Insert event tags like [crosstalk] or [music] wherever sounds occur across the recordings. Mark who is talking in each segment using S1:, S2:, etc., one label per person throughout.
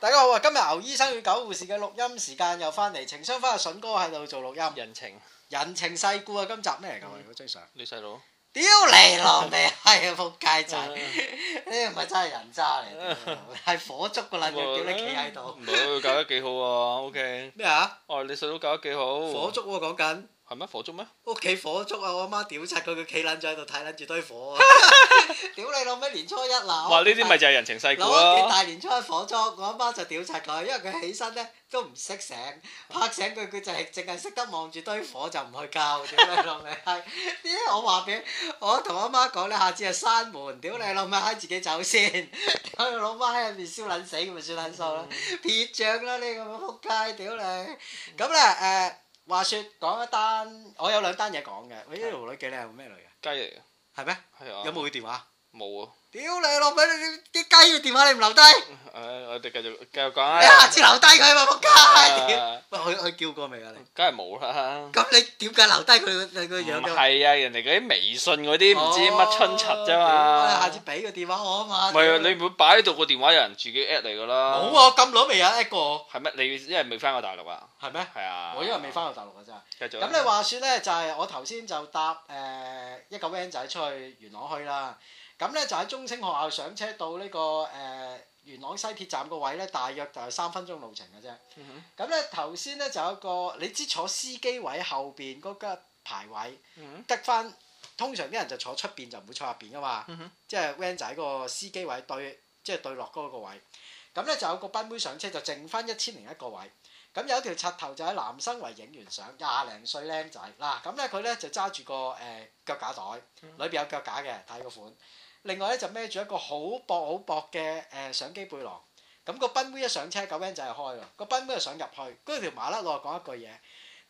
S1: 大家好啊！今日牛醫生與狗護士嘅錄音時間又翻嚟，情商翻阿筍哥喺度做錄音。
S2: 人情，
S1: 人情世故啊！今集咩嚟㗎？
S2: 嗯
S1: 喂我張相。
S2: 你細佬。
S1: 屌你老味，係啊仆街仔！呢唔係真係人渣
S2: 嗯
S1: 嚟嘅，係火燭個撚
S2: 啊
S1: 樣，叫你企喺度。
S2: 唔好，搞得幾好喎，OK。
S1: 咩啊？
S2: 哦，你細佬搞得幾好。
S1: 火燭喎講緊。
S2: 係咩？火燭咩？
S1: 屋企火燭啊！我阿媽屌柒佢，佢企撚咗喺度睇撚住堆火啊！
S2: [laughs]
S1: 屌你老味，年初一嗱，
S2: 哇！呢啲咪就係人情世故
S1: 嗱
S2: 啊
S1: 我屋企
S2: 咯。
S1: 大年初一火燭，我阿媽就屌柒佢，因為佢起身咧都唔識醒，拍醒佢佢就係淨係識得望住堆火就唔去教，屌 [laughs] 你老味閪！呢啲我話俾我同阿媽講咧，下次就閂門，屌你老味閪自己走 [laughs] 先，屌你老媽喺入面燒撚死咁咪算撚數啦，撇帳啦你咁樣撲街，屌你！咁咧誒話説講一單，我有兩單嘢講嘅，喂呢條女幾靚，咩女嘅？
S2: 雞嚟嘅，
S1: 係咩？
S2: 係啊。
S1: 有冇佢電話？
S2: 冇啊！
S1: 屌你老味，你啲雞嘅電話你唔留低？
S2: 誒，我哋繼續繼續講啊。
S1: 你下次哎留低佢嘛，仆街！
S2: 啊
S1: 喂，佢佢叫過未啊？你
S2: 梗係冇啦。
S1: 咁你點解留低佢佢個樣
S2: 唔
S1: 嘅？
S2: 係啊，人哋嗰啲微信嗰啲唔知乜春柒啫
S1: 哦屌下次
S2: 嘛。
S1: 俾個電話我啊嘛。
S2: 唔係啊，你唔會擺喺度個電話有人自己 at 你㗎啦。
S1: 冇啊！！我咁耐未有一個，
S2: 係咩？你因為未翻過大陸啊？
S1: 係咩？
S2: 係啊。
S1: 我因為未翻過大陸啊，真係。
S2: 繼續啊。
S1: 咁你話説咧，就係、我頭先就搭誒、呃一個 van 仔出去元朗去啦。咁咧就喺中清學校上車到呢、個誒、呃元朗西鐵站個位咧，大約就係三分鐘路程嘅啫。
S2: 嗯
S1: 咁咧頭先咧就有一個你知坐司機位後邊嗰個排位
S2: 嗯哼
S1: 得翻，通常啲人就坐出邊就唔會坐入邊噶嘛，
S2: 嗯哼
S1: 即係 van 仔個司機位對，即係對落嗰個位。咁咧就有個賓妹上車就剩翻一千零一個位。咁有一條柒頭就喺男生圍影完相，廿零歲僆仔嗱，咁咧佢咧就揸住個誒、呃、腳架袋，裏邊有腳架嘅，睇個款。另外咧就孭住一個好薄好薄嘅誒、呃相機背囊。咁、個賓妹一上車，個 van 仔就開喎，個賓妹就想入去，跟住條麻甩佬就講一句嘢，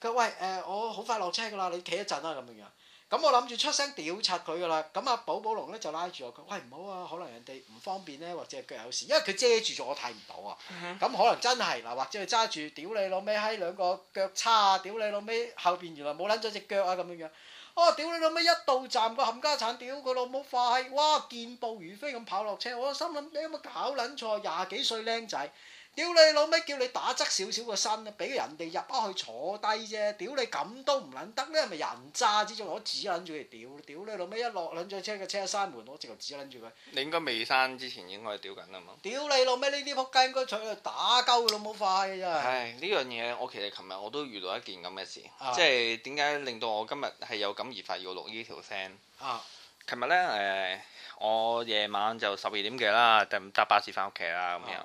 S1: 佢話喂誒、呃我好快落車㗎啦，你企一陣啦啊咁樣樣。咁我諗住出聲屌柒佢㗎啦，咁阿寶寶龍咧就拉住我，佢喂唔好啊，可能人哋唔方便咧，或者係腳有事，因為佢遮住咗我睇唔到啊。咁可能真係嗱，或者佢揸住屌你老尾閪兩個腳叉啊，屌你老尾後邊原來冇撚咗只腳啊咁樣樣。哦，屌你老尾一到站個冚家產，屌佢老母快，哇健步如飛咁跑落車，我心諗你有冇搞撚錯？廿幾歲僆仔，屌你老尾叫你打側少少個身啊，俾人哋入啊去坐低啫，屌你咁都唔撚得咧，係咪人渣之中？我指撚住佢屌，屌你老尾一落撚咗車嘅車一閂門，我直頭指撚住佢。
S2: 你應該未生之前已經可以屌緊啦啊嘛。
S1: 屌你老尾呢啲仆街應該坐喺度打鳩佢老母快嘅真係。
S2: 唉，呢樣嘢我其實琴日我都遇到一件咁嘅事，
S1: 啊
S2: 即係點解令到我今日係有感而發要錄呢條聲。
S1: 啊
S2: 琴日呢，誒、我夜晚就十二點幾啦，就搭巴士翻屋企
S1: 啊
S2: 啦咁樣。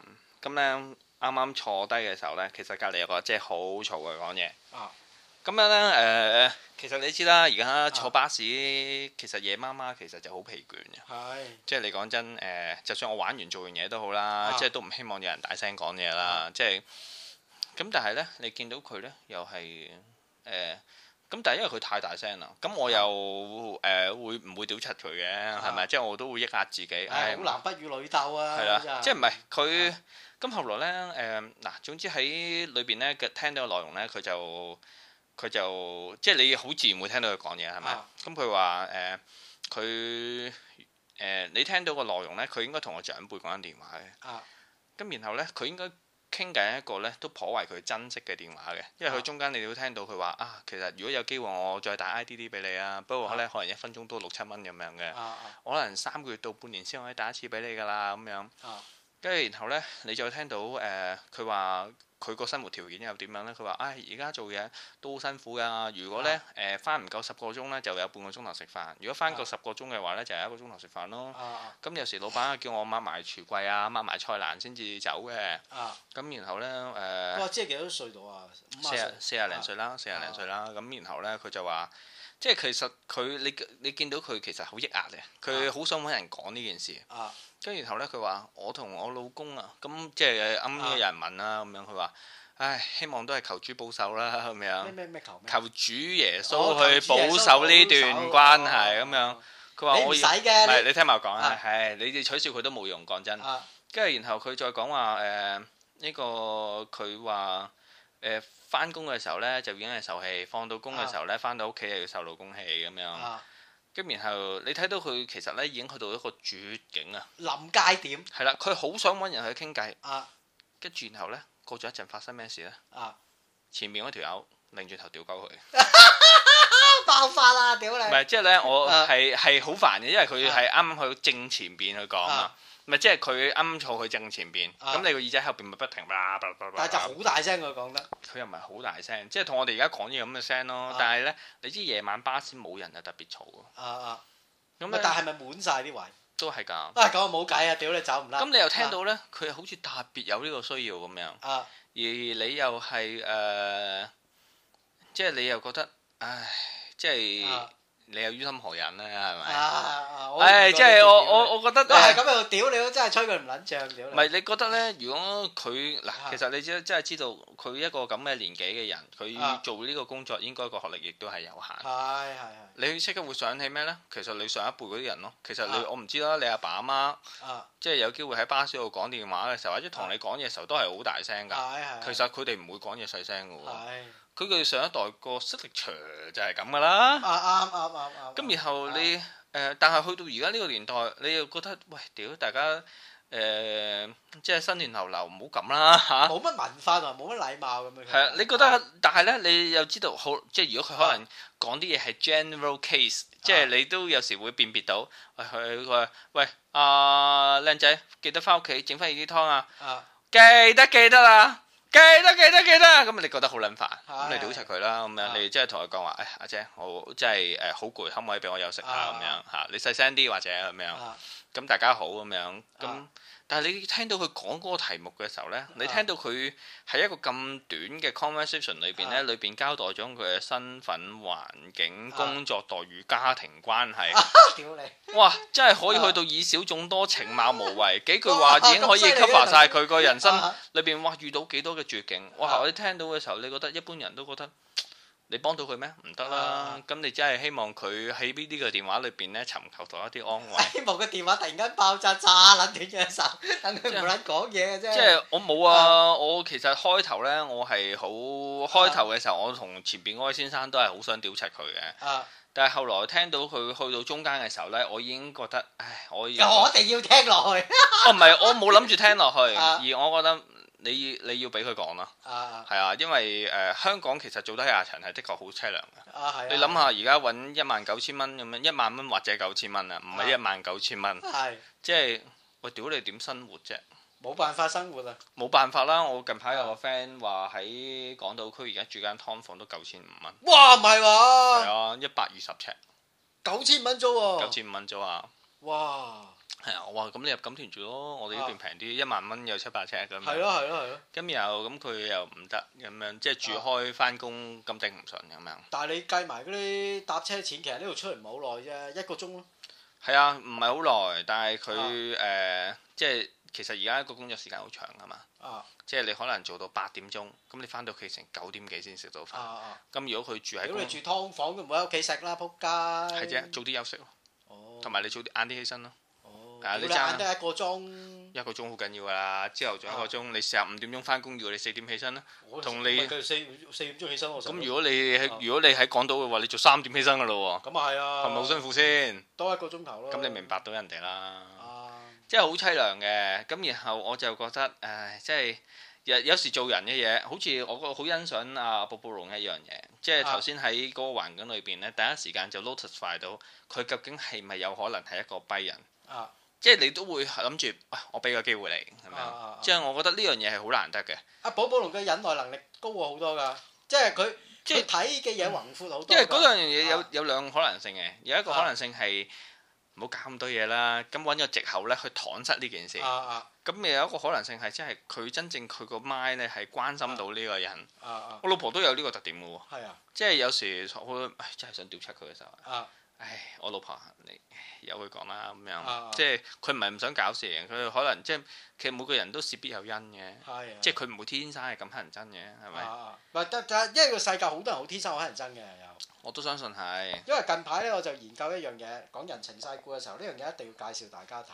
S2: 咁呢，啱啱坐低嘅時候呢，其實隔離有個姐好嘈嘅講嘢。
S1: 啊
S2: 咁樣呢，誒、其實你知啦，而家
S1: 啊
S2: 坐巴士、其實夜媽媽其實就好疲倦嘅。
S1: 係
S2: 即係你講真，誒、就算我玩完做完嘢都好啦，
S1: 啊
S2: 即係都唔希望有人大聲講嘢啦。即係咁，但係呢，你見到佢呢，又係誒，咁、但係因為佢太大聲啦，咁我又誒、會唔會屌柒佢嘅？係咪？即係我都會抑壓自己。唉
S1: 唉，好男不與女鬥啊！
S2: 係啦，即係唔係佢
S1: 啊
S2: 咁後來呢，誒、嗱，總之喺裏邊呢，嘅聽到嘅內容呢，佢就佢就即係你好自然會聽到佢講嘢係咪
S1: 啊？
S2: 咁佢話誒佢誒你聽到個內容呢，佢應該同我長輩講緊電話嘅。
S1: 啊
S2: 咁然後呢，佢應該傾緊一個呢都頗為佢珍惜嘅電話嘅，因為
S1: 啊
S2: 佢中間你會聽到佢話啊，其實如果有機會我再打 IDD 俾你啊，不過呢，可能一分鐘都六七蚊咁樣嘅
S1: 啊，啊
S2: 可能三個月到半年先可以打一次俾你㗎啦咁樣。
S1: 啊
S2: 跟住然後呢，你再聽到誒，佢話佢個生活條件又點樣呢？佢話：唉，而家做嘢都好辛苦㗎。如果
S1: 啊
S2: 呢，誒翻唔夠十個鐘呢，就有半個鐘頭食飯；如果翻夠十個鐘嘅話呢，就有一個鐘頭食飯咯。
S1: 啊
S2: 咁有時老闆啊叫我抹埋櫥櫃啊，抹埋菜欄先至走嘅。
S1: 啊！
S2: 咁然後呢，誒
S1: 哇，即係幾多歲到啊？五
S2: 四
S1: 啊
S2: 啊四啊零歲啦，四啊零歲啦。咁然後呢，佢就話，即係其實佢你你見到佢其實好抑壓嘅，佢好想揾人講呢件事。
S1: 啊
S2: 跟住然後咧，佢話我同我老公啊，咁即係啱啱有人問啦，咁樣佢話，唉，希望都係求主保守啦，咁
S1: 咩
S2: 樣
S1: 咩咩球咩？
S2: 求主耶
S1: 哦
S2: 穌去
S1: 求
S2: 保
S1: 主耶穌
S2: 守呢段關係
S1: 哦
S2: 咁樣。佢話
S1: 你唔
S2: 我
S1: 使
S2: 要唔
S1: 嘅
S2: 係
S1: 你
S2: 你聽埋我講啊
S1: 啊，
S2: 係你哋取笑佢都冇用，講真。
S1: 啊
S2: 跟住然後佢再講話誒呢個佢話誒翻工嘅時候咧就已經係受氣，放到工嘅時候咧翻到屋企又要受老公氣咁樣。
S1: 啊
S2: 咁然後你睇到佢其實咧已經去到一個絕境啊！
S1: 臨界點
S2: 係啦，佢好想揾人去傾偈，
S1: 啊
S2: 跟住然後咧，過咗一陣發生咩事咧？
S1: 啊，
S2: 前面嗰條友擰轉頭屌鳩佢，唔
S1: 爆發啦！屌你，
S2: 係即係咧，我
S1: 啊
S2: 係係好煩嘅，因為佢係啱啱去正前邊去講啊
S1: 啊，
S2: 咪即係佢啱啱坐佢正前邊，
S1: 啊
S2: 咁你個耳仔後邊咪不停啦啦啦
S1: 但係就好大聲佢講得，
S2: 佢又唔係好大聲，即係同我哋而家講嘢咁嘅聲咯
S1: 啊。
S2: 但係咧，你知夜晚巴士冇人就特別嘈喎，
S1: 啊啊，
S2: 咁
S1: 咁
S2: 咧
S1: 但係咪滿晒啲位？啊，
S2: 都係㗎。
S1: 咁啊冇計啊！屌你走唔甩。
S2: 咁你又聽到咧，佢好似特別有呢個需要咁樣，
S1: 啊
S2: 而你又係誒、呃即係你又覺得，唉，即係
S1: 啊
S2: 你又於心何忍咧，係
S1: 啊
S2: 咪？
S1: 啊！我
S2: 唉，
S1: 唔
S2: 即
S1: 覺得
S2: 係
S1: 屌
S2: 我
S1: 你
S2: 我我覺得
S1: 都係
S2: 誒，
S1: 咁又屌你都真係吹佢唔撚脹屌
S2: 唔
S1: 你。
S2: 係你覺得咧？如果佢嗱
S1: 啊，
S2: 其實你知真係知道佢一個咁嘅年紀嘅人，
S1: 啊
S2: 佢做呢個工作應該個學歷亦都係有限。
S1: 係係
S2: 你即刻會想起咩呢？其實你上一輩嗰啲人咯，其實你、
S1: 啊
S2: 我唔知啦。你阿爸阿媽
S1: 係啊
S2: 即係有機會喺巴士度講電話嘅時候，或者同你講嘢嘅時候都係好大聲㗎。
S1: 係係。
S2: 其實佢哋唔會講嘢細聲嘅喎。
S1: 係
S2: 佢哋上一代個識力長就係咁㗎啦。
S1: 啊啱啊啱啱啱。
S2: 咁然後你誒、呃但係去到而家呢個年代，你又覺得喂屌大家誒、呃即係新年流流唔好咁啦嚇。
S1: 冇乜文化同埋冇乜禮貌咁樣。
S2: 係啊，啊你覺得？但係咧，你又知道好，即係如果佢可能講啲嘢係 general case，即係你都有時會辨別到。喂，佢佢話喂，啊靚仔，記得翻屋企整翻熱啲湯啊！
S1: 啊
S2: 記得記得啦，記得記得記得。咁你覺得好撚煩，
S1: 係
S2: 咁你屌柒佢啦，咁
S1: 係
S2: 樣你即係同佢講話，誒哎阿姐，我真係誒好攰，可唔可以俾我休息啊？
S1: 啊
S2: 咁樣嚇，你細聲啲或者咁樣。
S1: 啊
S2: 咁大家好咁樣，咁
S1: 啊
S2: 但係你聽到佢講嗰個題目嘅時候呢，你聽到佢喺一個咁短嘅 conversation 裏邊
S1: 啊
S2: 呢，裏邊交代咗佢嘅身份、環境、
S1: 啊
S2: 工作待遇、家庭關係，
S1: 屌你！
S2: 哇！真係可以
S1: 啊
S2: 去到以少眾多、情貌無為，幾句話已經可以
S1: 哇咁犀利嘅
S2: cover 晒佢個人生
S1: 啊
S2: 裏邊，哇！遇到幾多嘅絕境，
S1: 啊
S2: 哇！我哋聽到嘅時候，你覺得一般人都覺得你幫到佢咩？唔得啦
S1: 啊！
S2: 咁你真係希望佢喺呢啲嘅電話裏邊呢，尋求到一啲安慰。
S1: 希望個電話突然間爆炸，炸撚斷隻手，等佢唔撚講嘢嘅啫。
S2: 即係我冇啊！我其實開頭呢，我係好
S1: 啊
S2: 開頭嘅時候，我同前邊嗰位先生都係好想屌柒佢嘅。
S1: 啊！
S2: 但係後來聽到佢去到中間嘅時候呢，我已經覺得，唉，我已經
S1: 我哋要聽落去。
S2: 哦唔係，我冇諗住聽落去，
S1: [laughs] 啊
S2: 而我覺得你你要俾佢講啦，
S1: 啊啊
S2: 係啊，因為誒、呃香港其實做低下層係的確好凄涼嘅。
S1: 啊係啊！
S2: 你諗下，而家揾一萬九千蚊咁樣，一萬蚊或者九千蚊啊，
S1: 啊
S2: 唔係一萬九千蚊，
S1: 係
S2: 即係我屌你點生活啫？
S1: 冇辦法生活啊！
S2: 冇辦法啦！我近排有個 friend 話喺港島區而家住間劏房都九千五蚊，
S1: 哇唔係
S2: 係
S1: 喎，
S2: 啊，哦一百二十尺，
S1: 九千蚊租喎。
S2: 九。千五蚊啫嘛。
S1: 哇！
S2: 係啊，我話咁你入錦田住咯，我哋呢邊平啲，一萬蚊有七百尺咁
S1: 係
S2: 樣。
S1: 咯係咯係咯，
S2: 咁然後咁佢又唔得咁樣，即係住開翻工咁頂唔順咁樣。
S1: 但係你計埋嗰啲搭車錢，其實呢度出嚟唔係好耐啫，一個鐘咯。
S2: 係啊，唔係好耐，但係佢誒即係其實而家個工作時間好長㗎嘛，
S1: 啊
S2: 即係你可能做到八點鐘，咁你翻到屋企成九點幾先食到
S1: 啊
S2: 飯。
S1: 啊！
S2: 咁如果佢住喺
S1: 屌
S2: 公
S1: 你住劏房都唔好喺屋企食啦，仆街。
S2: 係啫，早啲休息咯，
S1: 哦。
S2: 同埋你早啲晏啲起身咯。
S1: 哦。屌
S2: 啊你
S1: 你
S2: 爭
S1: 晏得一個鐘。
S2: 一個鐘好緊要㗎啦，朝頭早一個鐘，你四十五點鐘翻工，要你四點起身啦。同你
S1: 佢四四點鐘起身我
S2: 咁
S1: 成日
S2: 如果你喺
S1: 啊
S2: 如果你喺港島嘅話，你做三點起身㗎咯
S1: 咁啊係
S2: 喎，
S1: 啊，
S2: 係咪好辛苦先？
S1: 多一個鐘頭咯。
S2: 咁你明白到人哋啦，
S1: 啊？
S2: 即係好凄涼嘅。咁然後我就覺得，唉，即係有有時做人嘅嘢，好似我個好欣賞阿布布龍一樣嘢，即係
S1: 啊
S2: 頭先喺嗰個環境裏邊咧，第一時間就 notify 到佢究竟係咪有可能係一個跛人，
S1: 啊
S2: 即係你都會諗住，喂，我俾個機會你，
S1: 啊
S2: 係咪啊？
S1: 啊！
S2: 即係我覺得呢樣嘢係好難得嘅。
S1: 阿寶寶龍嘅忍耐能力高過好多㗎，即係佢
S2: 即
S1: 即係
S2: 係
S1: 睇嘅嘢宏闊好多㗎。
S2: 因為嗰樣嘢有
S1: 啊
S2: 有兩個可能性嘅，有一個
S1: 啊
S2: 可能性係唔好搞咁多嘢啦，咁揾個藉口咧去搪塞呢件事。
S1: 啊啊
S2: 咁又有一個可能性係即係佢真正佢個 mind 咧係關心到呢個人。
S1: 啊啊！
S2: 我老婆都有呢個特點嘅喎，
S1: 係啊
S2: 即係有時我唉真係想屌柒佢嘅時候，
S1: 啊
S2: 唉，我老婆你唉由佢講啦咁
S1: 啊
S2: 樣，即係佢唔係唔想搞事，佢可能即係其實每個人都事必有因嘅，
S1: 係啊！啊
S2: 即係佢唔會天生係咁乞人憎嘅，係
S1: 係
S2: 咪？
S1: 咪？唔係，但但因為個世界好多人好天生好乞人憎嘅又。
S2: 我都相信係
S1: 因為近排咧，我就研究一樣嘢，講人情世故嘅時候，呢樣嘢一定要介紹大家睇。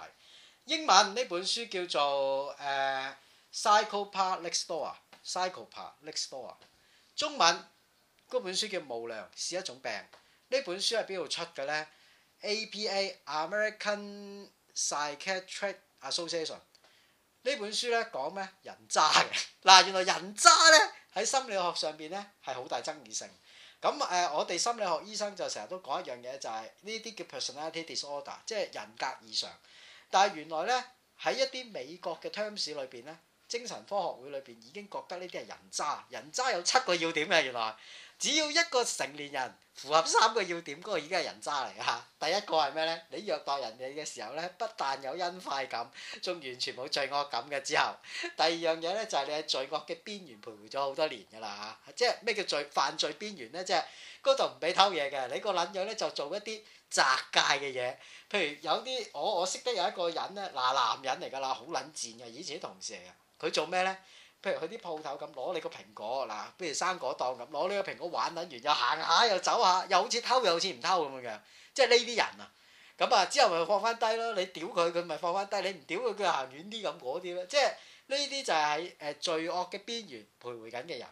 S1: 英文呢本書叫做誒、呃《Psychopath Next Door》，Psychopath 啊 Next Door。中啊文嗰本書叫《無良是一種病》。呢本書係邊度出嘅呢 a p a American Psychiatric Association 呢本書咧講咩人渣嘅嗱，原來人渣咧喺心理學上邊咧係好大爭議性。咁誒、呃我哋心理學醫生就成日都講一樣嘢，就係呢啲叫 personality disorder，即係人格異常。但係原來咧喺一啲美國嘅 terms 裏邊咧，精神科學會裏邊已經覺得呢啲係人渣。人渣有七個要點嘅，原來只要一個成年人符合三個要點，嗰、個已經係人渣嚟㗎嚇。第一個係咩咧？你虐待人哋嘅時候咧，不但有恩快感。仲完全冇罪惡感嘅之後，第二樣嘢咧就係你喺罪惡嘅邊緣徘徊咗好多年㗎啦嚇，即係咩叫罪犯罪邊緣咧？即係嗰度唔俾偷嘢嘅，你個撚樣咧就做一啲窄界嘅嘢，譬如有啲我我識得有一個人咧，嗱男人嚟㗎啦，好撚賤嘅，以前啲同事嚟嘅，佢做咩咧？譬如佢啲鋪頭咁攞你個蘋果嗱，譬如生果檔咁攞呢個蘋果玩撚完，又行下又走下，又好似偷又好似唔偷咁樣，即係呢啲人啊！咁啊，之後咪放翻低咯。你屌佢，佢咪放翻低；你唔屌佢，佢行遠啲咁嗰啲咯。即係呢啲就係喺誒罪惡嘅邊緣徘徊緊嘅人。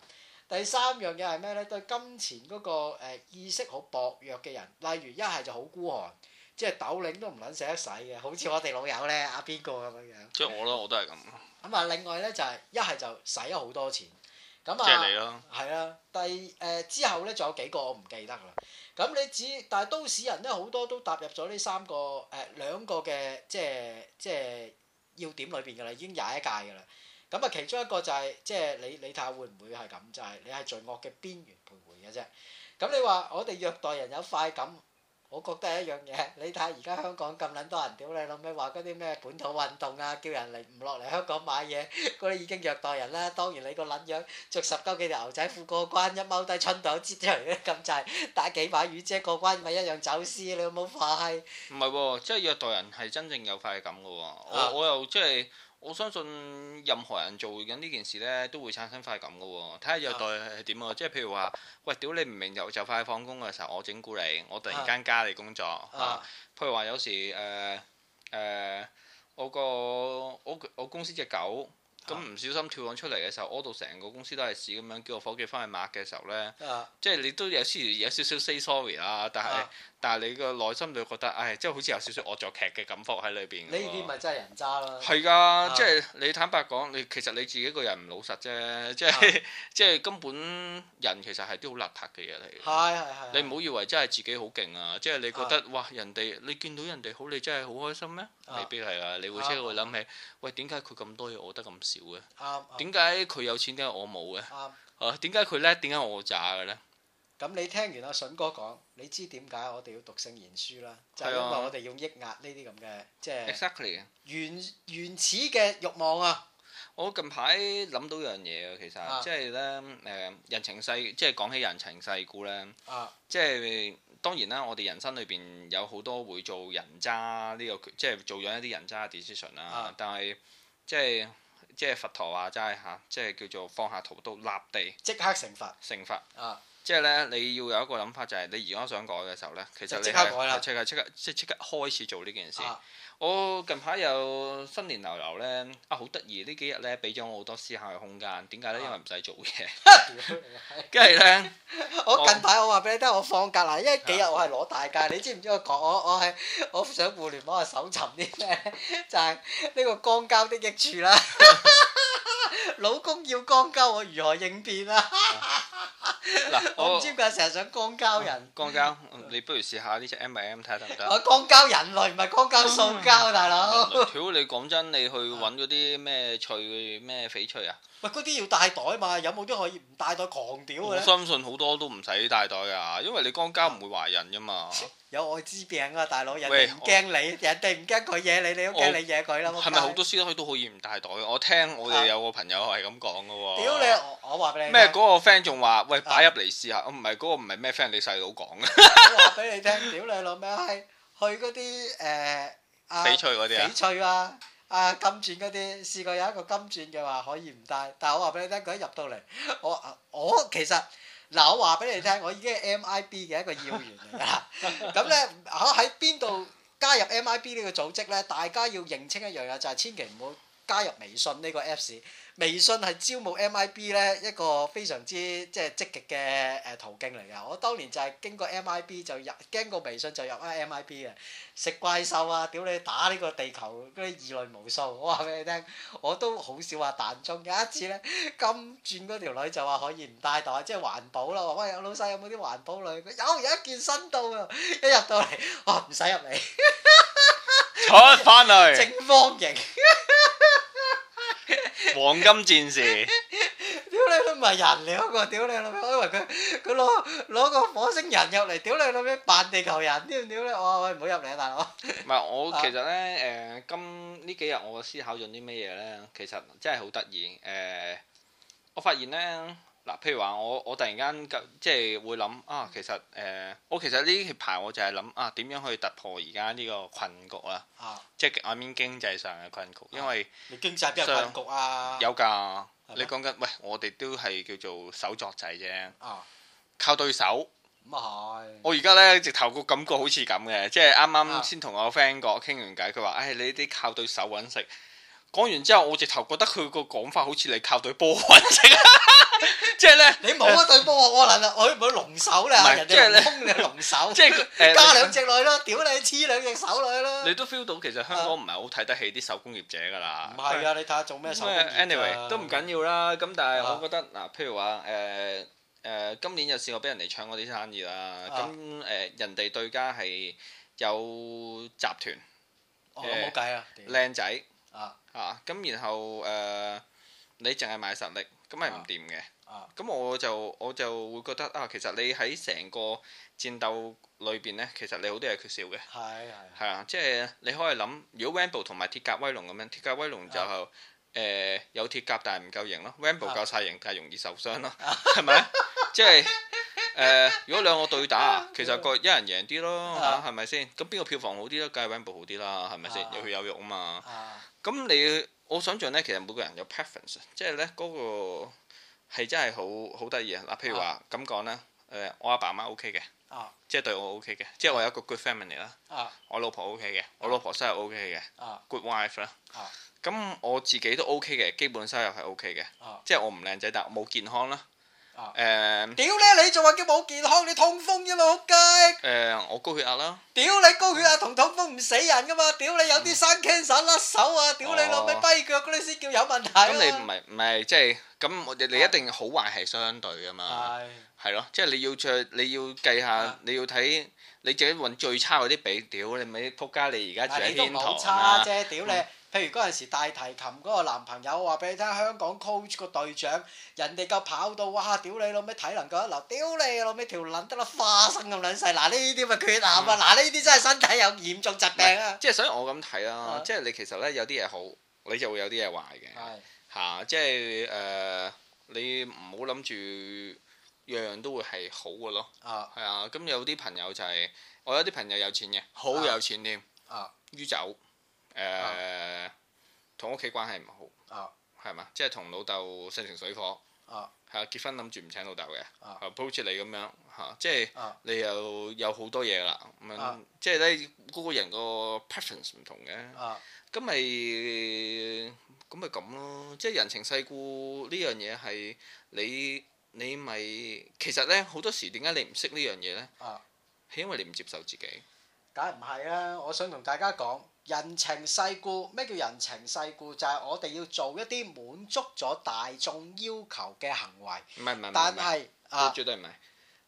S1: 第三樣嘢係咩咧？對金錢嗰、個、呃、意識好薄弱嘅人，例如一係就好孤寒，即係斗零都唔撚捨得使嘅，好似我哋老友咧阿邊個咁樣樣。
S2: 即係我咯，我都係咁，
S1: 咁啊，另外咧就係一係就使咗好多錢，咁啊。
S2: 即係你咯。
S1: 係啦，第誒、之後咧，仲有幾個我唔記得啦。咁你只但係都市人咧，好多都踏入咗呢三個誒、兩個嘅即係即係要點裏邊㗎啦，已經廿一屆㗎啦。咁啊，其中一個就係、即係你你睇下會唔會係咁，就係、你係罪惡嘅邊緣徘徊嘅啫。咁你話我哋虐待人有快感，我覺得係一樣嘢。你睇下而家香港咁撚多人屌你老味話嗰啲咩本土運動啊，叫人嚟唔落嚟香港買嘢，嗰啲已經虐待人啦。當然你個撚樣。着十鳩幾條牛仔褲過關，一踎低春袋擠出嚟嘅咁滯，打幾把雨遮過關咪一樣走私，你有冇快？
S2: 唔係喎，即係虐待人係真正有快感嘅喎。
S1: 啊
S2: 我我又即係我相信任何人做緊呢件事呢，都會產生快感嘅喎。睇下虐待係點啊喎，即係譬如話，喂，屌你唔明就就快放工嘅時候，我整蠱你，我突然間加你工作啊
S1: 啊
S2: 譬如話有時誒誒，我個我我公司只狗。咁
S1: 啊
S2: 唔小心跳咗出嚟嘅時候，屙到成個公司都係屎咁樣，叫我伙計翻去抹嘅時候呢，
S1: 啊
S2: 即係你都有時有少少 say sorry 啦，但係
S1: 啊！
S2: 但係你個內心就覺得，唉，即係好似有少少惡作劇嘅感覺喺裏邊。
S1: 呢啲咪啊真係人渣啦！
S2: 係㗎，即係你坦白講，你其實你自己個人唔老實
S1: 啊
S2: 啫，即係 [laughs] 即係根本人其實係啲好邋遢嘅嘢嚟嘅。
S1: 係係係。
S2: 你唔好以為真係自己好勁啊！即係你覺得哇，人哋你見到人哋好，你真係好開心咩？
S1: 啊
S2: 未必係啊！你會即
S1: 啊
S2: 係會諗起，喂，點解佢咁多嘢我得咁少嘅？
S1: 啱啱
S2: 點解佢有錢，點解我冇嘅？
S1: 啱。
S2: 啊，點解佢叻，點解我渣嘅咧？
S1: 咁你聽完阿筍哥講，你知點解我哋要讀聖賢書啦？就係
S2: 係
S1: 因
S2: 啊
S1: 為我哋要抑壓呢啲咁嘅即係
S2: Exactly。
S1: 原原始嘅慾望啊！
S2: 我近排諗到樣嘢啊，其實、
S1: 啊
S2: 即係咧誒人情世，即係講起人情世故咧，
S1: 啊
S2: 即係當然啦，我哋人生裏邊有好多會做人渣呢、個，即係做咗一啲人渣嘅 decision 啦、
S1: 啊
S2: 但係即係即係佛陀話齋嚇，即係叫做放下屠刀立地
S1: 即刻懲罰
S2: 成佛。
S1: 啊！
S2: 即係咧，你要有一個諗法，就係你而家想改嘅時候咧，其實
S1: 就
S2: 你
S1: 即刻改啦
S2: 係即刻即刻即即刻開始做呢件事。
S1: 啊
S2: 我哦近排有新年流流咧，啊好得意！呢幾日咧俾咗我好多思考嘅空間。點解咧？
S1: 啊
S2: 因為唔使做嘢。 [laughs]
S1: 屌你啊
S2: 跟住咧，
S1: 我近排我話俾你聽，我放假嗱，因為幾日我係攞大假，你知唔知我講我我係我想互聯網係搜尋啲咩？ [laughs] 就係呢個光交的益處啦。 [laughs] 老公要光交，我如何應變啊？
S2: 嗱
S1: [laughs]
S2: 嗯
S1: 我唔
S2: 我
S1: 知點解成日想光交人，嗯
S2: 光膠，你不如試下呢只 M M 睇下得唔得？啊
S1: 我光交人類唔係光交塑膠，大佬。
S2: 屌你講真，你去
S1: 啊
S2: 揾嗰啲咩趣咩翡翠啊？
S1: [laughs] 喂，嗰啲要帶袋嘛？有冇啲可以唔帶袋狂屌嘅
S2: 我
S1: 咧？
S2: 相信好多都唔使帶袋啊，因為你光膠唔會懷孕
S1: [laughs]
S2: 噶嘛。
S1: 有愛滋病啊，大佬！人
S2: 喂
S1: 哋唔驚你，人哋唔驚佢惹你，你都驚你惹佢啦。
S2: 係咪好多師奶都可以唔帶袋？我聽我
S1: 啊
S2: 哋有個朋友係咁講噶喎。
S1: 屌你！啊我我話俾你聽
S2: 咩？嗰個 friend 仲話：喂，擺入嚟試下。唔係嗰個唔係咩 friend，你細佬講嘅
S1: 我話俾你聽，屌你老味閪，去嗰啲誒啊
S2: [laughs] 翡翠嗰啲啊
S1: 翡。翠啊啊金鑽嗰啲，試過有一個金鑽嘅話可以唔戴，但係我話俾你聽，佢一入到嚟，我啊我其實嗱我話俾你聽，我已經係 MIB 嘅一個要員嚟㗎啦。 [laughs] 咁咧嚇喺邊度加入 MIB 呢個組織咧？大家要認清一樣嘢，就係千祈唔好加入微信呢個 Apps。微信係招募 MIB 咧一個非常之即係積極嘅誒途徑嚟㗎。我當年就係經過 MIB 就入，經過微信就入咗 MIB 嘅，食怪獸啊，屌你打呢個地球嗰啲異類無數。我話俾你聽，我都好少話彈中。有一次咧，金鑽嗰條女就話可以唔帶袋，即係環保啦。我話喂，老細有冇啲環保類？佢有有一件新到啊！一入到嚟，我唔使入嚟，
S2: 出翻嚟，
S1: 正方形。
S2: 黃金戰士，
S1: 屌你都唔係人嚟嗰個，屌你老味！我以為佢佢攞攞個火星人入嚟，屌你老味扮地球人添，屌你！我話喂唔好入嚟啊，大佬！
S2: 唔係我其實咧誒、今呢幾日我思考咗啲咩嘢咧？其實真係好得意誒，我發現咧嗱，譬如話我我突然間咁即係會諗啊，其實誒、我其實呢排我就係諗啊點樣去突破而家呢個困局啦，
S1: 啊，
S2: 即係 I mean 經濟上嘅困局，因為
S1: 你經濟邊有困局啊？
S2: 有㗎，
S1: 係
S2: 你
S1: 咩
S2: 講緊喂，我哋都係叫做手作仔啫，
S1: 啊，
S2: 靠對手。
S1: 咁啊係。
S2: 我而家咧直頭個感覺好似咁嘅，即係啱
S1: 啊
S2: 啱先同我 friend 講傾完偈，佢話：，唉，你啲靠對手揾食。講完之後，我直頭覺得佢個講法好似你靠對波揾
S1: [laughs]
S2: 食，即係咧，
S1: 你冇一對波，我能啊，我唔好龍手咧
S2: 唔，係
S1: 人
S2: 即係
S1: 哋
S2: 咧
S1: 空你龍手，
S2: [laughs] 即係佢誒
S1: 加兩隻女咯，屌你黐兩隻手女咯。
S2: 你都 feel 到其實香港唔係好睇得起啲手工業者㗎啦。
S1: 唔係啊，你睇下做咩手工業啊
S2: anyway 都唔緊要啦。咁但係
S1: 啊
S2: 我覺得嗱，譬如話誒誒，今年有試過俾人哋搶嗰啲生意啦。
S1: 啊
S2: 咁誒、人哋對家係有集團
S1: 哦，冇計啊。屌
S2: 靚仔
S1: 啊
S2: 啊，咁然後誒、呃你淨係賣實力，咁係唔掂嘅。
S1: 啊
S2: 咁我就我就會覺得啊，其實你喺成個戰鬥裏邊呢，其實你好多嘢缺少嘅。
S1: 係係。
S2: 係啊，即係你可以諗，如果 Rambo 同埋鐵甲威龍咁樣，鐵甲威龍就誒、有鐵甲但係唔夠型咯，Rambo
S1: 啊
S2: 夠晒型但係容易受傷咯， [laughs] 係咪？即係誒、如果兩個對打，其實個一人贏啲咯
S1: 啊
S2: 嚇，係咪先？咁邊個票房好啲咧？梗係 Rambo 好啲啦，係咪
S1: 啊
S2: 先？有血有肉啊嘛。
S1: 啊
S2: 咁你我想象咧，其實每個人有 preference，即啊係咧嗰個係真係好好得意啊！嗱，譬如話咁講啦，誒、我阿爸媽 OK 嘅，
S1: 啊
S2: 即係對我 OK 嘅，即係我有一個 good family 啦。
S1: 啊
S2: 我老婆 O K 嘅，我老婆收入 O K 嘅
S1: 啊
S2: ，good wife 啦
S1: 啊。
S2: 咁我自己都 O K 嘅，基本收入係 O K 嘅
S1: 啊，
S2: 即係我唔靚仔，但我冇健康啦。
S1: 啊
S2: 誒
S1: 屌咧！你仲話叫冇健康，你痛風啫嘛，好雞！
S2: 誒，我高血壓啦，
S1: 屌你高血壓同痛風唔死人噶嘛！屌你有啲生 cancer 甩手啊！屌你老味
S2: 哦
S1: 跛腳嗰啲先叫有問題
S2: 咁你唔
S1: 啊！
S2: 係唔係即係咁我哋你一定好壞係相對噶嘛，
S1: 係
S2: 係咯，即係你要著你要計下
S1: 啊，
S2: 你要睇你自己揾最差嗰啲比，屌你咪仆街！你而家住
S1: 但
S2: 喺
S1: 你都唔
S2: 天
S1: 係好
S2: 堂
S1: 差
S2: 啊啦，
S1: 啫！屌你，譬如嗰陣時大提琴嗰個男朋友，我話俾你聽，香港 coach 個隊長，人哋夠跑到哇！屌你老味體能夠一流，屌你老味條撚得啦花生咁撚細，嗱呢啲咪缺陷啊！
S2: 嗯
S1: 嗱呢啲真係身體有嚴重疾病啊！
S2: 即係所以我咁睇
S1: 啊啊
S2: 啦，即係你其實咧有啲嘢好，你就會有啲嘢壞嘅。
S1: 係
S2: 嚇、即係誒、呃你唔好諗住樣樣都會係好嘅咯，
S1: 啊
S2: 係啊。咁有啲朋友就係、我有啲朋友有錢嘅，好
S1: 啊
S2: 有錢添，
S1: 啊
S2: 於走誒，呃同屋企關係唔
S1: 啊
S2: 好，係嘛？即係同老豆勢成水火，
S1: 啊
S2: 係啊，結婚諗住唔請老豆嘅，
S1: 啊
S2: 啊好似你咁樣嚇、即係
S1: 啊
S2: 你又有好多嘢啦，咁樣、
S1: 啊
S2: 即係咧個個人個 preference 唔同嘅。
S1: 啊！
S2: 咁咪咁咪咁咯，即係人情世故呢樣嘢係你你咪其實呢，好多時點解你唔識呢樣嘢呢？
S1: 啊
S2: 係因為你唔接受自己。
S1: 梗係唔係啦！我想同大家講人情世故，咩叫人情世故？就係、我哋要做一啲滿足咗大眾要求嘅行為，
S2: 唔係唔係唔係
S1: 但
S2: 唔係，
S1: 係啊
S2: 絕對唔係。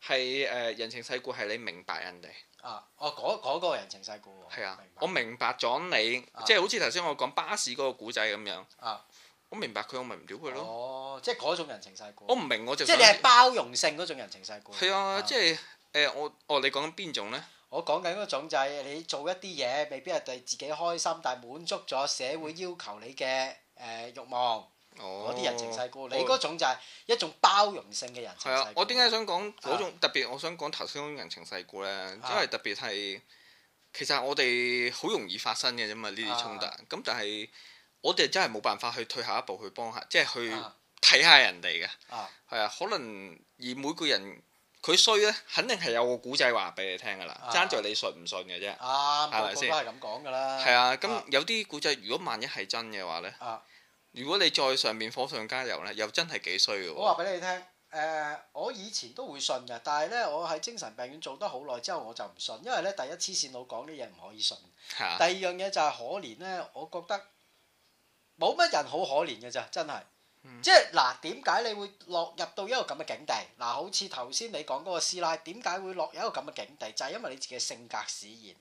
S2: 係誒、呃人情世故係你明白人哋
S1: 啊，我嗰嗰個人情世故喎，
S2: 係啊
S1: 哦明，白
S2: 我明白咗你，
S1: 啊
S2: 即係好似頭先我講巴士嗰個古仔咁樣，
S1: 啊
S2: 我明白佢，我咪唔屌佢咯。
S1: 哦，即係嗰種人情世
S2: 我
S1: 故，
S2: 唔明我就
S1: 即係你係包容性嗰種人情世故。
S2: 係啊，即係誒、呃我哦你講緊邊種呢？
S1: 我講緊嗰種就係你做一啲嘢，未必係對自己開心，但係滿足咗社會要求你嘅誒慾望，
S2: 哦，
S1: 嗰啲人情世故。你
S2: 哦
S1: 嗰種就係一種包容性嘅人情
S2: 係
S1: 世
S2: 啊
S1: 故。，啊
S2: 我點解想講嗰種特別？我想講頭先嗰種人情世故咧，因為特別係其實我哋好容易發生嘅啫嘛，呢
S1: 啊
S2: 啲衝突。咁但係我哋真係冇辦法去退下一步去幫下，即係去
S1: 啊
S2: 睇下人哋嘅。
S1: 啊
S2: 係啊，可能而每個人佢衰咧，肯定係有個古仔話俾你聽㗎啦
S1: 啊，
S2: 爭在你信唔信嘅啫。
S1: 啱，
S2: 係咪
S1: 啊個個
S2: 先
S1: 都係咁講㗎啦。
S2: 係啊，咁
S1: 啊
S2: 有啲古仔如果萬一係真嘅話咧
S1: 啊，
S2: 如果你再上面火上加油咧，又真係幾衰嘅
S1: 我話
S2: 喎。
S1: 俾你聽，誒、我以前都會信嘅，但係咧，我喺精神病院做得好耐之後，我就唔信，因為咧，第一黐線佬講啲嘢唔可以信，
S2: 嚇
S1: 第二樣嘢就係可憐咧，我覺得冇乜人好可憐嘅咋，真係。
S2: 嗯
S1: 即係嗱，點解你會落入到一個咁嘅境地？嗱，好似頭先你講嗰個師奶，點解會落入一個咁嘅境地？就係、因為你自己嘅性格使然。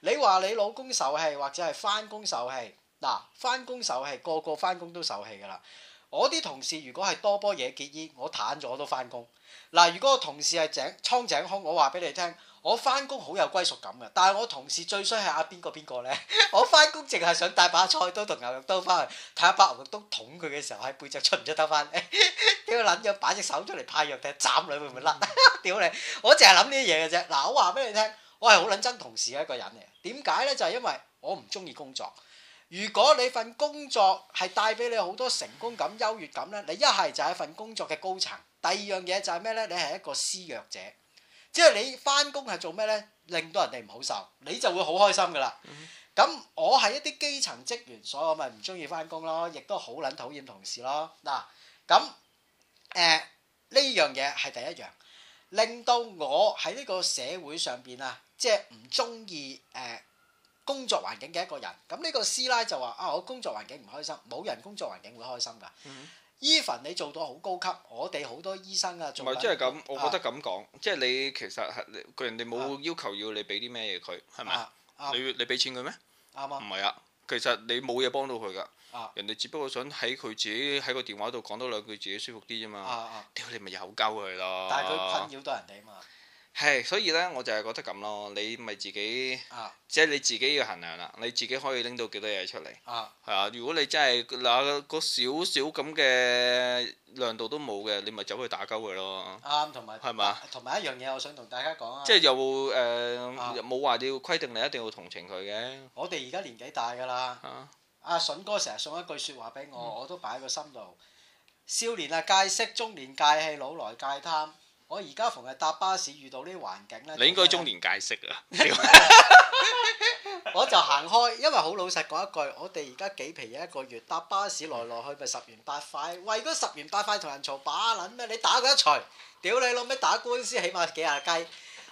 S1: 你話你老公受氣，或者係翻工受氣。嗱，翻工受氣，個個翻工都受氣㗎啦。我啲同事如果係多波野結衣，我攤咗都翻工。嗱，如果我同事係井蒼井空，我話俾你聽，我翻工好有歸屬感嘅。但係我同事最衰係阿邊個邊個呢？ [laughs] 我翻工淨係想帶把菜刀同牛肉刀翻去，睇下把牛肉刀捅佢嘅時候喺背脊出唔出得翻嚟？ [laughs] 屌撚咗，擺隻手出嚟派藥定斬你會唔會甩？ [laughs] 屌你！我淨係諗呢啲嘢嘅啫。嗱，我話俾你聽，我係好撚憎同事嘅一個人嚟。點解呢？就係因為我唔中意工作。如果你份工作係帶俾你好多成功感、優越感呢，你一係就係份工作嘅高層，第二樣嘢就係咩呢？你係一個施虐者，即係你翻工係做咩呢？令到人哋唔好受，你就會好開心噶啦。咁我係一啲基層職員，所以我咪唔中意翻工咯，亦都好撚討厭同事咯。嗱，咁誒呢樣嘢係第一樣，令到我喺呢個社會上邊啊，即係唔中意誒工作環境嘅一個人。咁呢個師奶就話啊，我工作環境唔開心，冇人工作環境會開心㗎
S2: 嗯。
S1: even 你做到好高級，我哋好多醫生啊，
S2: 唔
S1: 做
S2: 係
S1: 緊
S2: 即係咁，我覺
S1: 啊
S2: 得咁講，即係你其實係你佢人哋冇要求要你俾啲咩嘢佢，係咪？
S1: 啊啱
S2: 你你俾錢佢咩？
S1: 啱
S2: 唔
S1: 啊
S2: 係啊，其實你冇嘢幫到佢噶
S1: 啊，
S2: 人哋只不過想喺佢自己喺個電話度講多兩句自己舒服啲啫
S1: 啊
S2: 嘛。
S1: 啊！
S2: 屌你咪又鳩佢咯。
S1: 但係佢困擾到人哋嘛
S2: 係，所以咧我就係覺得咁咯，你咪自己
S1: 啊
S2: 即係你自己要衡量啦，你自己可以拎到幾多嘢出嚟。
S1: 啊
S2: 係啊，如果你真係嗱個少少咁嘅亮度都冇嘅，你咪走去打鳩佢咯，
S1: 啱，啊同埋
S2: 係嘛？
S1: 同埋一樣嘢，我想同大家講啊，
S2: 即係又誒
S1: 啊
S2: 冇話你要規定你一定要同情佢嘅
S1: 我哋而家年紀大㗎啦，
S2: 啊，
S1: 阿筍哥成日送一句説話俾我，我都擺喺個心度。少年啊戒色，中年戒氣，老來戒貪。我而家逢係搭巴士遇到呢啲環境咧，
S2: 你應該中
S1: 年，
S2: 年解釋啊，
S1: 我就行開，因為好老實講一句，我哋而家幾皮嘢一個月搭巴士來來去咪十元八塊，為嗰十元八塊同人嘈把撚咩？你打佢一錘，屌你老味打官司起碼幾廿雞。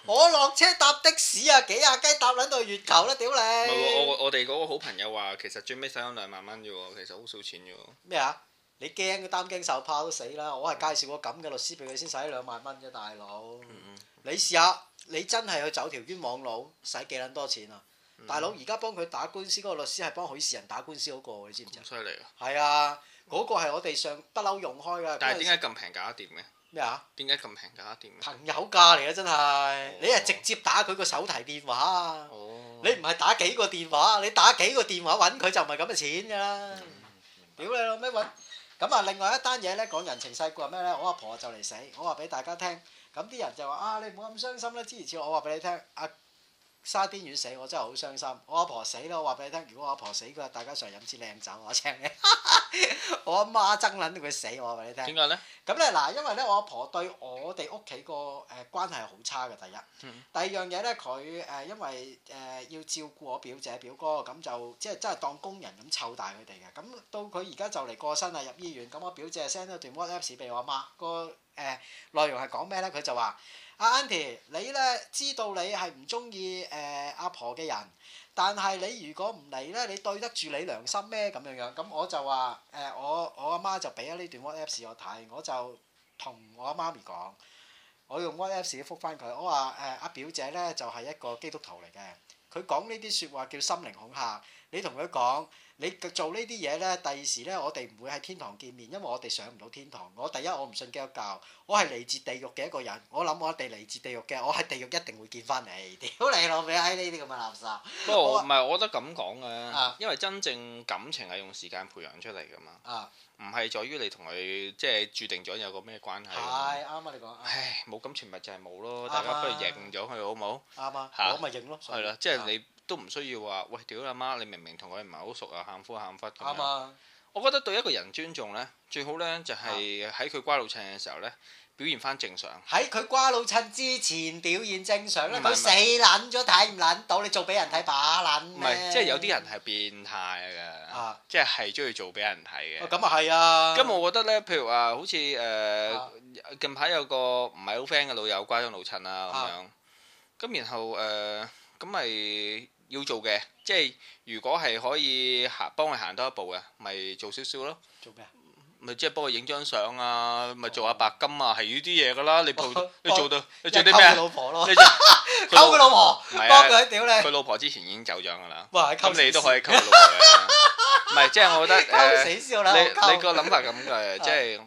S1: 我落車搭的士啊，幾廿雞搭撚到月球啦，屌
S2: 唔係喎
S1: 你！
S2: 我我哋嗰個好朋友話其實最尾使咗兩萬蚊啫喎，其實好少錢啫喎，
S1: 咩啊？你驚佢擔驚受怕都死啦！我係介紹個咁嘅律師俾佢先使兩萬蚊啫，大佬。
S2: 嗯
S1: 你試下，你真係去走條冤枉路，使幾撚多錢啊？
S2: 嗯
S1: 大佬而家幫佢打官司嗰個律師係幫許仕仁打官司嗰個喎，你知唔知啊
S2: 咁？犀利啊！
S1: 係啊，嗰個係我哋上不嬲用開㗎。
S2: 但係
S1: 嗰陣
S2: 點解咁平搞得掂嘅？
S1: 時咩啊？
S2: 點解咁平搞得掂嘅？
S1: 朋友價嚟嘅真係，你係直接打佢個手提電話啊！
S2: 哦，
S1: 你唔係打幾個電話，你打幾個電話揾佢就唔係咁嘅錢㗎啦。屌你老味揾！咁啊，另外一單嘢咧講人情世故係咩咧？我阿婆就嚟死，我話俾大家聽。咁啲人就話啊，你唔好咁傷心啦。之前我話俾你聽，阿沙甸魚死，我真係好傷心。我阿婆死啦，我話俾你聽，如果我阿婆死嘅話，大家上去飲支靚酒，我請你。我阿媽憎撚到佢死，我話俾你聽。
S2: 點解咧？
S1: 咁咧嗱，因為咧我阿婆對我哋屋企個誒關係好差嘅，第一。
S2: 嗯
S1: 第二樣嘢咧，佢誒、因為誒、要照顧我表姐表哥，咁就即係真係當工人咁湊大佢哋嘅。咁到佢而家就嚟過身啦，入醫院，咁我表姐 send 咗段 WhatsApp 俾我阿媽，個誒、內容係講咩咧？佢就話：阿 Auntie，你咧知道你係唔中意誒阿婆嘅人。但係你如果唔嚟咧，你對得住你良心咩？咁樣樣，咁我就話誒、我我阿媽就俾咗呢段 WhatsApp 我睇，我就同我阿媽咪講，我用 WhatsApp 覆翻佢，我話誒阿表姐咧就係、一個基督徒嚟嘅，佢講呢啲説話叫心靈恐嚇，你同佢講。你做呢啲嘢咧，第二時咧，我哋唔會喺天堂見面，因為我哋上唔到天堂。我第一我唔信基督教，我係嚟自地獄嘅一個人。我諗我一定嚟自地獄嘅，我喺地獄一定會見翻你。屌你老味，喺呢啲咁嘅垃圾。
S2: 不過
S1: 我
S2: 我
S1: 啊
S2: 唔係，我覺得咁講
S1: 啊
S2: 嘅，因為真正感情係用時間培養出嚟噶嘛，
S1: 啊，
S2: 唔係在於你同佢即係注定咗有個咩關係。
S1: 係啱啊！你講
S2: 唉，冇感情咪就係冇咯，
S1: 啱
S2: 大家不如
S1: 啊
S2: 認咗佢好冇？
S1: 啱啊，
S2: 嚇
S1: 我咪認咯。所
S2: 係
S1: 以
S2: 啦，即係
S1: 啊
S2: 啊你都唔需要話，喂，屌你阿媽，你明明同佢唔係好熟又喊苦喊忽咁
S1: 啱
S2: 樣。
S1: 啊，
S2: 我覺得對一個人尊重咧，最好咧就係喺佢瓜老襯嘅時候咧，表現翻正常。
S1: 喺佢瓜老襯之前表現正常啦，
S2: 唔係
S1: 佢死撚咗睇唔撚到，你做俾人睇把撚
S2: 唔
S1: 咩
S2: 係，即係有啲人係變態嘅，
S1: 啊，
S2: 即係係中意做俾人睇
S1: 哦
S2: 嘅。
S1: 咁啊係啊，
S2: 咁我覺得咧，譬如話好似
S1: Ờ。啊
S2: 誒近排有個唔係好 friend 嘅老友瓜咗老襯啦
S1: 啊
S2: 咁樣，咁然後誒咁咪要做嘅，即係如果係可以行幫佢行多一步嘅，咪做少少咯。
S1: [laughs] 做咩啊？
S2: 咪即係幫佢影張相啊，咪做下白金啊，係呢啲嘢噶啦。你做
S1: 哦
S2: 你做到你做
S1: 一
S2: 啲
S1: 溝
S2: 咩
S1: 佢
S2: 啊？
S1: 老婆咯，
S2: 你
S1: [laughs]
S2: 做
S1: 溝佢老婆，
S2: 唔係
S1: 幫
S2: 啊！
S1: 佢屌你，
S2: 佢老婆之前已經走咗噶啦，
S1: 哇！ [laughs] 溝
S2: 咁你都
S1: 死
S2: 可以溝佢老婆嘅。唔係，即係我覺
S1: [laughs]
S2: 得
S1: 溝
S2: 誒，
S1: 死笑啦，
S2: 你你
S1: 溝
S2: 個諗法咁嘅，
S1: [laughs] 啊
S2: 即係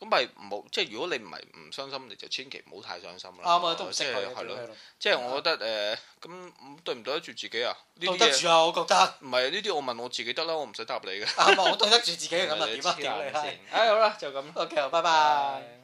S2: 咁咪冇。即係如果你唔係唔傷心，你就千祈唔好太傷心啦。
S1: 啱啊，都唔識
S2: 即係
S1: 佢，
S2: 係
S1: 屌
S2: 咯。
S1: 佢
S2: 即係我覺得誒，咁對唔對得住自己啊？呢
S1: 老
S2: 啲
S1: 對得
S2: 嘢
S1: 住啊，我覺得
S2: 唔係呢啲，我問我自己得啦，我唔使答你嘅。
S1: [laughs] À,
S2: Ờ,
S1: 啱啊，我對得住自己咁啊，點啊，屌你
S2: 你
S1: [laughs] 啦
S2: 先？唉，好啦，就咁啦。
S1: ，OK，好拜拜。